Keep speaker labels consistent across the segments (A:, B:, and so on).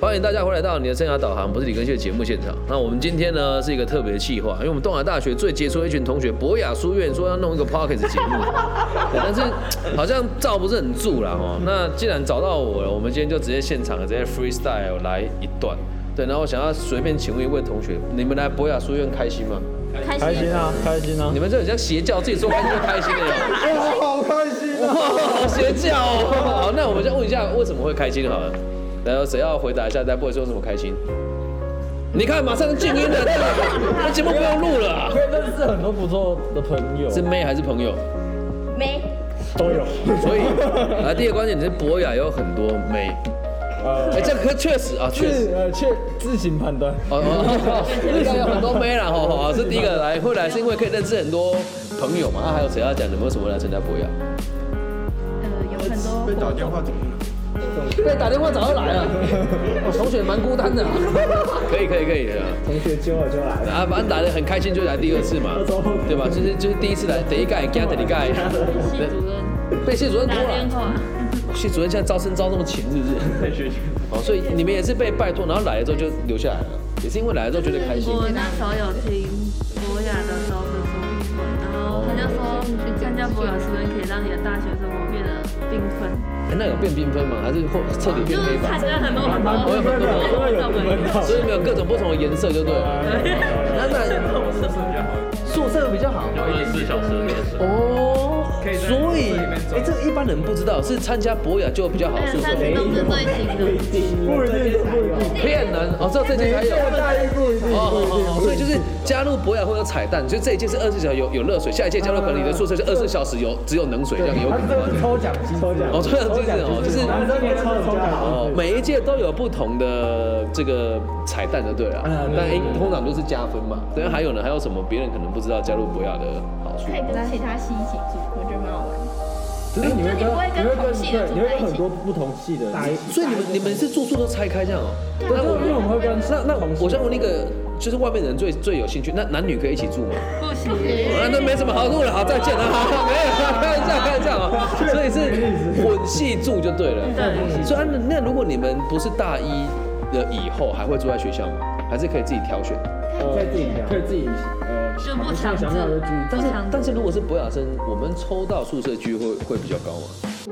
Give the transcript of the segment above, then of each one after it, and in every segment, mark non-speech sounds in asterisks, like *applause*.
A: 欢迎大家回来到你的生涯导航，不是李根旭的节目现场。那我们今天呢是一个特别的计划，因为我们东海大学最杰出的一群同学，博雅书院说要弄一个 p o c k e t 节目， *laughs* 对但是好像罩不是很住啦哦。那既然找到我了，我们今天就直接现场直接 freestyle 来一段。对，然后我想要随便请问一位同学，你们来博雅书院开心吗？
B: 开
C: 开心
B: 心
C: 啊，开心啊
A: 你！们这很像邪教，自己说开心就开心的样子。
C: 哇，好开心啊！
A: 好邪教哦！好，那我们再问一下，为什么会开心好了？然后谁要回答一下？再不会说为什么开心？你看，马上就静音了，对吧？那节目不用录了啊、
C: 可以认识很多不错的朋友，
A: 是妹还是朋友？
B: 没
C: 都有。
A: 所以啊，第一个观点是博雅有很多妹，哎、
C: 呃，
A: 这个确实啊，确实
C: 自。呃确自行判断。
A: 哦哦，应该有很多妹啦，吼吼，好是第一个来，后来是因为可以认识很多朋友嘛。啊、还有谁要讲？有没有什么来参加博雅？
B: 呃，有很多
D: 被打电话怎么了？
A: 被打电话找就来 *laughs* 了，我同学蛮孤单的、啊。可以可以可以啊的。
C: 同学揪我就来了。
A: 啊，反正打得很开心，就来第二次 *laughs* 嘛，对吧？就是就是第一次来，等一盖，加等一盖， *laughs*
B: 系主任
A: 被谢主任
B: 打
A: 拖
B: 电
A: 了。
B: 话，
A: 谢主任现在招生招那么勤，是不是？哦，所以你们也是被拜托，然后来了之后就留下来了，也是因为来了之后觉得开心。
B: 我那时候有听博雅的招生说明会，然后他就说去参加博雅书院可以让你的大学生活变得缤纷，
A: 哎那有变缤纷吗？还是或彻底
B: 就
A: 变黑
B: 是
A: 吧
B: 参？加很多很多
A: 我有
B: 很
A: 很多
B: 多
C: 我有很多
B: 很多
A: 所以你们有各种不同的颜色，就
E: *laughs*
A: 对了。那那宿舍比较好。
E: 二哦十四小时的面试，
A: 哦，所以哎、这个一般人不知道，是参加博雅就比较好
B: 而
A: 宿
B: 且
A: 舍
B: 上。次都是最新的，
C: 不一定，不一定。
A: 哎骗人哦，这这件
E: *laughs*
A: 才有。
C: 大一不一定，
A: 哦
C: 不一定
A: 哦，哦，所以就是加入博雅会有彩蛋，所以这一届是二十四小时有有热水，下一届加入可能你的宿舍是二十四小时有只有冷水，这样有可能。
C: 抽奖，抽奖。
A: 哦，这样就是哦，就是
C: 男生也抽抽
A: 哦
C: 奖。，
A: 每一届都有不同的这个彩蛋就对了。
E: 啊
A: 那应通常都是加分嘛。对，还有呢，还有什么别人可能不知道加入博雅的好处？
F: 可以跟其他系一起住，我觉得蛮好玩的。
C: 就是你会跟你会跟对，你会跟很多不同系的。
A: 所以你们你们是住宿都拆开这样哦？
B: 啊
A: 那
C: 因为
A: 我
C: 我们会跟
A: 那那我想问那个，就是外面人最最有兴趣，那男女可以一起
B: *laughs*
A: 住吗？
B: 不行，
A: 啊，那没什么好录了，好，再见了，好，好没有，开玩笑，开玩笑啊，所以是混系住就对了。
B: 对
A: 所以啊那那如果你们不是大一的以后，还会住在学校吗？还是可以自己挑选？
C: 在自己可以自己呃
B: 就不强制
C: 想要的注意，
B: 不
A: 但是
B: 强
A: 但
B: 制，
A: 是如果是博雅生，我们抽到宿舍居会会比较高吗？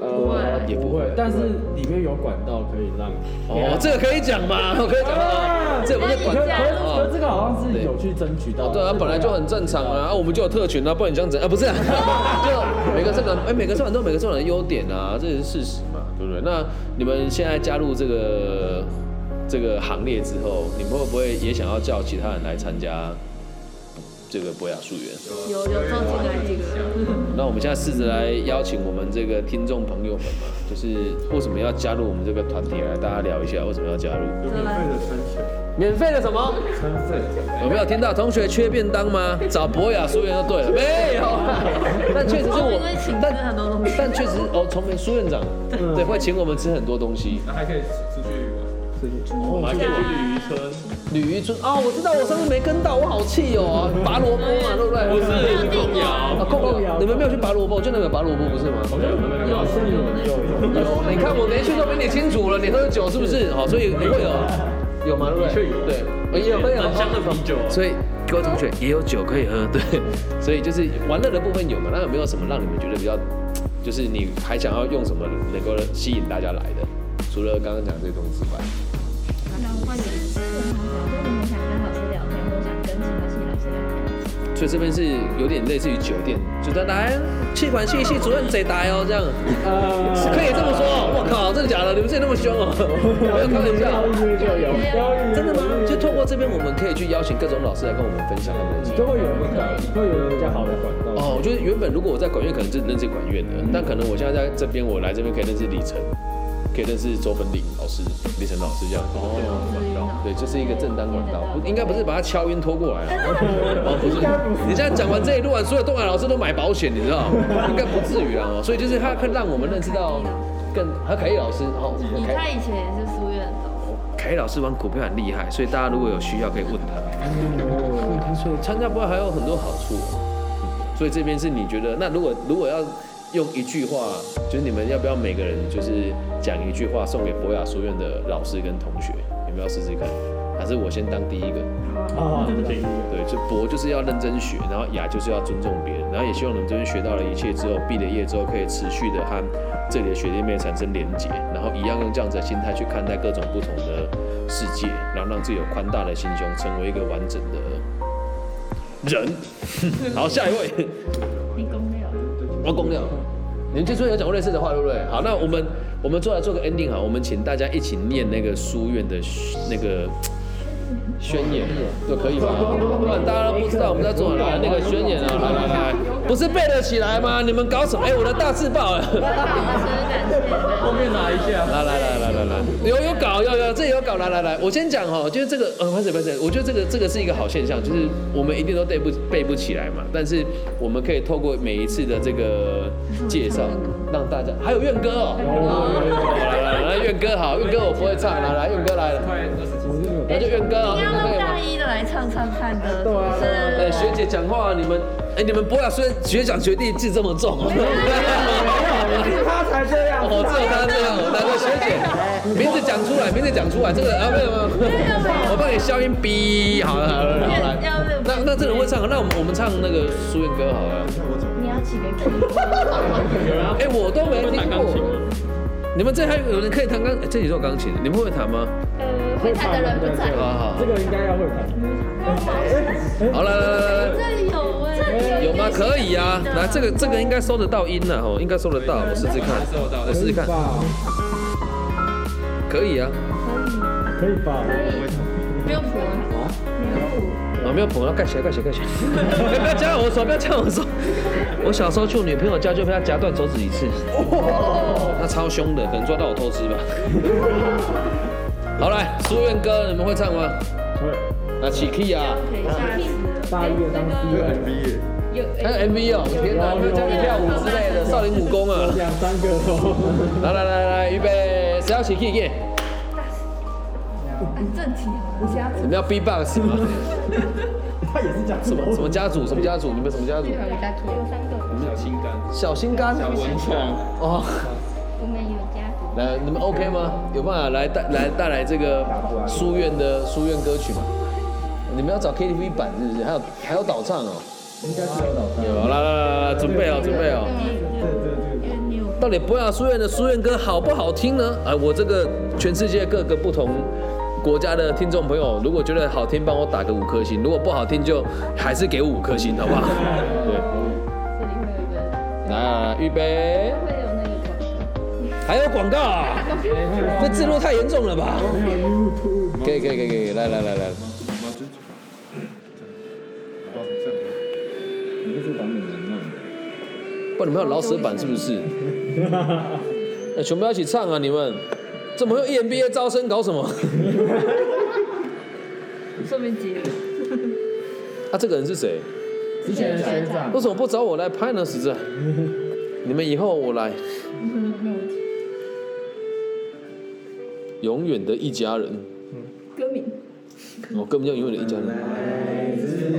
C: 呃
A: 也不会
C: 但是里面有管道可以让你。
B: 啊
A: 哦，这个可以讲吗？可以讲吗？这不是管
C: 可
A: 教
C: 可是可
A: 哦
C: 是这个好像是有去争取到
A: 哦，
C: 的。
A: 对啊，本来就很正常啊，啊我们就有特权啊，不然你想怎样啊？不是啊， *laughs* 就每个社团，哎，每个社团都有每个社团的优点啊，这也是事实嘛，对不对？那你们现在加入这个这个行列之后，你们会不会也想要叫其他人来参加这个博雅溯源？
B: 有有做进来几个，
A: 那我们现在试着来邀请我们这个听众朋友们嘛，就是为什么要加入我们这个团体来，大家聊一下为什么要加入？
D: 有免费的餐券，
A: 免费的什么？
D: 餐费。
A: 有没有听到同学缺便当吗？找博雅书院就对了，没有 *laughs* 啦。但确实是
B: 我
A: 我
B: 们会请，吃
A: 但
B: 很多东西，
A: 但确实哦，崇明苏院长对会请我们吃很多东西。哦
D: 嗯那还可以出去玩，
E: 我们还可以去旅渔村，
A: 鲤鱼村哦，我知道，我上次没跟到，我好气哦。拔萝卜嘛，对不对？
E: 不是共
A: 啊，
E: 窑，
A: 空了，你们没有去拔萝卜，就那个拔萝卜不是吗？
C: 好像有有有。
A: 有，你看我连续都比你清楚了，你喝酒是不是？好，所以你会有，啊有吗？对不对？对，也有会有啊
E: 很香的啤酒
A: 所以各位同学也有酒可以喝，对，所以就是玩乐的部分有嘛？那有没有什么让你们觉得比较，就是你还想要用什么能够吸引大家来的？除了刚刚讲这些东西之外，
F: 然后换你，就是你们想跟老师聊天，或想跟其他系老师聊天，
A: 所以这边是有点类似于酒店，就在来气管系系主任贼呆哦，这样
C: 呃，
A: 可以这么说哦？我靠，真的假的？你们自己那么凶 *laughs* 哦？没有开玩笑。
C: 就
F: 啊
C: 有，
A: 真的吗？就透过这边，我们可以去邀请各种老师来跟我们分享他们的经
C: 就
A: 验。
C: 会有会有比较好的管道。
A: 哦，就是原本如果我在管院，可能就认识管院的，但可能我现在在这边，我来这边可以认识李晨，可以认识周本领老师、李晨老师这样子。哦，对，这是一个正当管道，不应该不是把他敲晕拖过来啊。 *laughs* 哦，不是， *laughs* 你现在讲完这一路完，所有东海老师都买保险，你知道吗？ *laughs* 应该不至于啊。哦所以就是他可以让我们认识到更，还有凯毅老师，哦，
B: 你
A: 凯
B: 他以前也是书院的，
A: 凯毅老师玩股票很厉害，所以大家如果有需要可以问他。啊所以参加不会还有很多好处哦、所以这边是你觉得，那如果如果要用一句话，就是你们要不要每个人就是讲一句话送给博雅书院的老师跟同学，你们要试试看，还是我先当第一个？
C: 啊，
A: 对，就博就是要认真学，然后雅就是要尊重别人，然后也希望你们这边学到了一切之后，毕了业之后可以持续的和这里的学弟妹产生连结，然后一样用这样子的心态去看待各种不同的世界，然后让自己有宽大的心胸，成为一个完整的人。 *laughs* 好，下一位，
F: 你攻略哦。
A: 我公亮，你们最初有讲过类似的话，对不对？好，那我们我们做来做个 ending 啊好，我们请大家一起念那个书院的那个。宣言，对，可以吗？不然大家都不知道我们在做哪那个宣言啊！来来来，不是背得起来吗？你们搞什么？哎、我的大字报了！
F: 老师，感谢感谢。
E: 后面拿一下。
A: 来来来来来来，有有搞有有，这有搞，来来来，我先讲哈，就是这个，呃，不是不是，我觉得这个这个是一个好现象，就是我们一定都背不背不起来嘛，但是我们可以透过每一次的这个介绍，让大家还有怨歌哦，来来来，来怨歌好，怨歌我不会唱，来来怨歌来了，那就怨歌哦，
B: 你要
A: 那可以吗
B: 让大？一的来唱唱看的，
C: 对啊
A: 哎，
B: 是
A: 学姐讲话，你们哎，你们博雅虽然学长学弟志这么重，
C: 他才这样，
A: 我只有他这样，哪个学姐？名字讲出来，名字讲出来，这个啊没有没有，我帮你消音逼，好了好了好了。
B: 要不
A: 那那这人会唱，那我们我们唱那个苏燕歌好了。
F: 你要起个 *laughs*
A: 哎，我都没
E: 弹
A: 听
E: 钢琴
A: 过。
E: 吗？
A: 你们这还有人可以弹钢，哎这里有钢琴，你们会弹吗？
F: 呃，会弹的人不在。
A: 好
C: 这个应该要会弹。
A: 好，好来来来来。
B: 这里有哎，这
A: 有吗？可以啊，来这个这个应该收得到音呐，吼，应该收得到，我试试看，我试试看，
C: 吧，
A: 可以啊，
C: 可以吧？
B: 没有谱，
A: 啊，没有捧，要盖起来，盖起来，盖起来！哎不要夹我手，不要夹我手！我小时候去我女朋友家就被她夹断手指一次，她超凶的，可能抓到我偷吃吧。好来，苏院歌，你们会唱吗？那起 key 啊，
B: 可以下次。
C: 大一的当
F: 哎
C: 第一
D: 这
C: 个
D: 很，逼耶，
A: 还有 MV 哦，天哪，有没有教你跳舞之类的，少林武功啊！
C: 两三个哦。
A: 来来来来，预备，谁要起 key 耶？
F: 很啊正题，我是要
A: 你们要 B box 吗？
C: 他也是讲
A: 什么什么家族？什么家族？你们什么家族？
F: 有三个，
D: 小心肝，
A: 小心肝
D: 小文创，
A: 哦。
F: 我们有家族。
A: 来，你们 OK 吗？有办法来带来带来这个书院的书院歌曲吗？你们要找 KTV 版是不是？还有还有导唱哦、
C: 应该是有老三。
A: 有，来来来来，准备哦、准备哦、到底博雅书院的书院歌好不好听呢？哎、我这个全世界各个不同国家的听众朋友，如果觉得好听，帮我打个五颗星；如果不好听，就还是给我五颗星，好不好？对，
F: 这里会有一个，
A: 来来来，预备，
F: 会有那个广
A: 还有广告啊！这制作太严重了吧？
C: 没有 YouTube。
A: 可以可以可以可以，来来来来。
D: 毛巾，好这样
C: 你就是把你的弄的。
A: 不，你们有老死板是不是？哎，全部要一起唱啊！你们怎么用 EMBA 招生搞什么？
B: 说明结了。
A: 啊，这个人是谁？
C: 之前的学长
A: 为什么不找我来拍呢？实在，你们以后我来，永远的一家人。
F: 歌名。
A: 我根本就永远的一家人。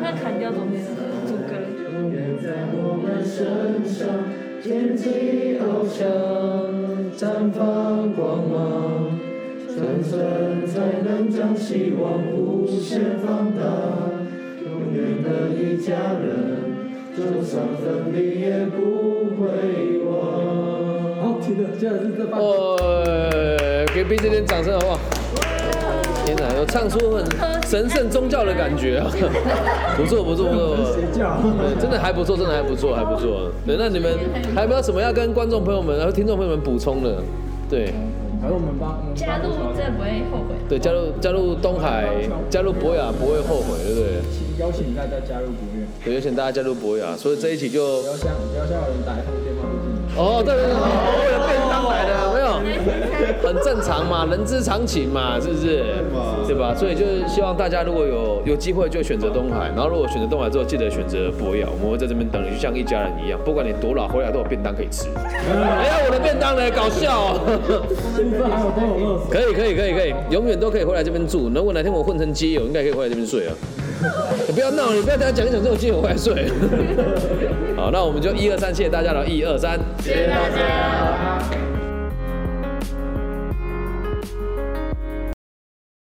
B: 那砍掉中间的主歌。
G: 永远在我们身上，天际翱翔，绽放光芒，转身才能将希望无限放大。远的一家人，就算分离也不会忘。
C: 好，停了，接下来是这半。
A: 哦哇，哦给 B 这边掌声好不好？天哪，有唱出很神圣宗教的感觉啊！ *laughs* 不错不错不错，
C: 谁叫？
A: 对，真的还不错，真的还不错，还不错。对，那你们还有没有什么要跟观众朋友们、然后听众朋友们补充的？对
C: 还有我们帮
F: 加入这不会后悔。
A: 对，加入加入东海，加入博雅不会后悔，对不对？
C: 请邀请大家加入国乐，
A: 对，有请大家加入博雅，啊所以这一期就
C: 不要像不要像有人打一通电话就进来。
A: 哦，对对对，哦为了便当来的，有没有，很正常嘛，人之常情嘛，是不是？对吧？所以就是希望大家如果有有机会就选择东海，然后如果选择东海之后，记得选择博雅，我们会在这边等你，就像一家人一样，不管你多老，回来都有便当可以 *laughs* 吃。哎呀，我的便当呢？搞笑、哦。
C: 现在还有都有乐死。
A: 可以可以可以可以，永远都可以回来这边住。如果哪天我混成街友，应该可以回来这边睡啊。 *laughs* 你不要闹，你不要大家讲一讲这种街 *laughs* 友回来睡。好，那我们就一二三，谢谢大家了，一二三，谢谢大家。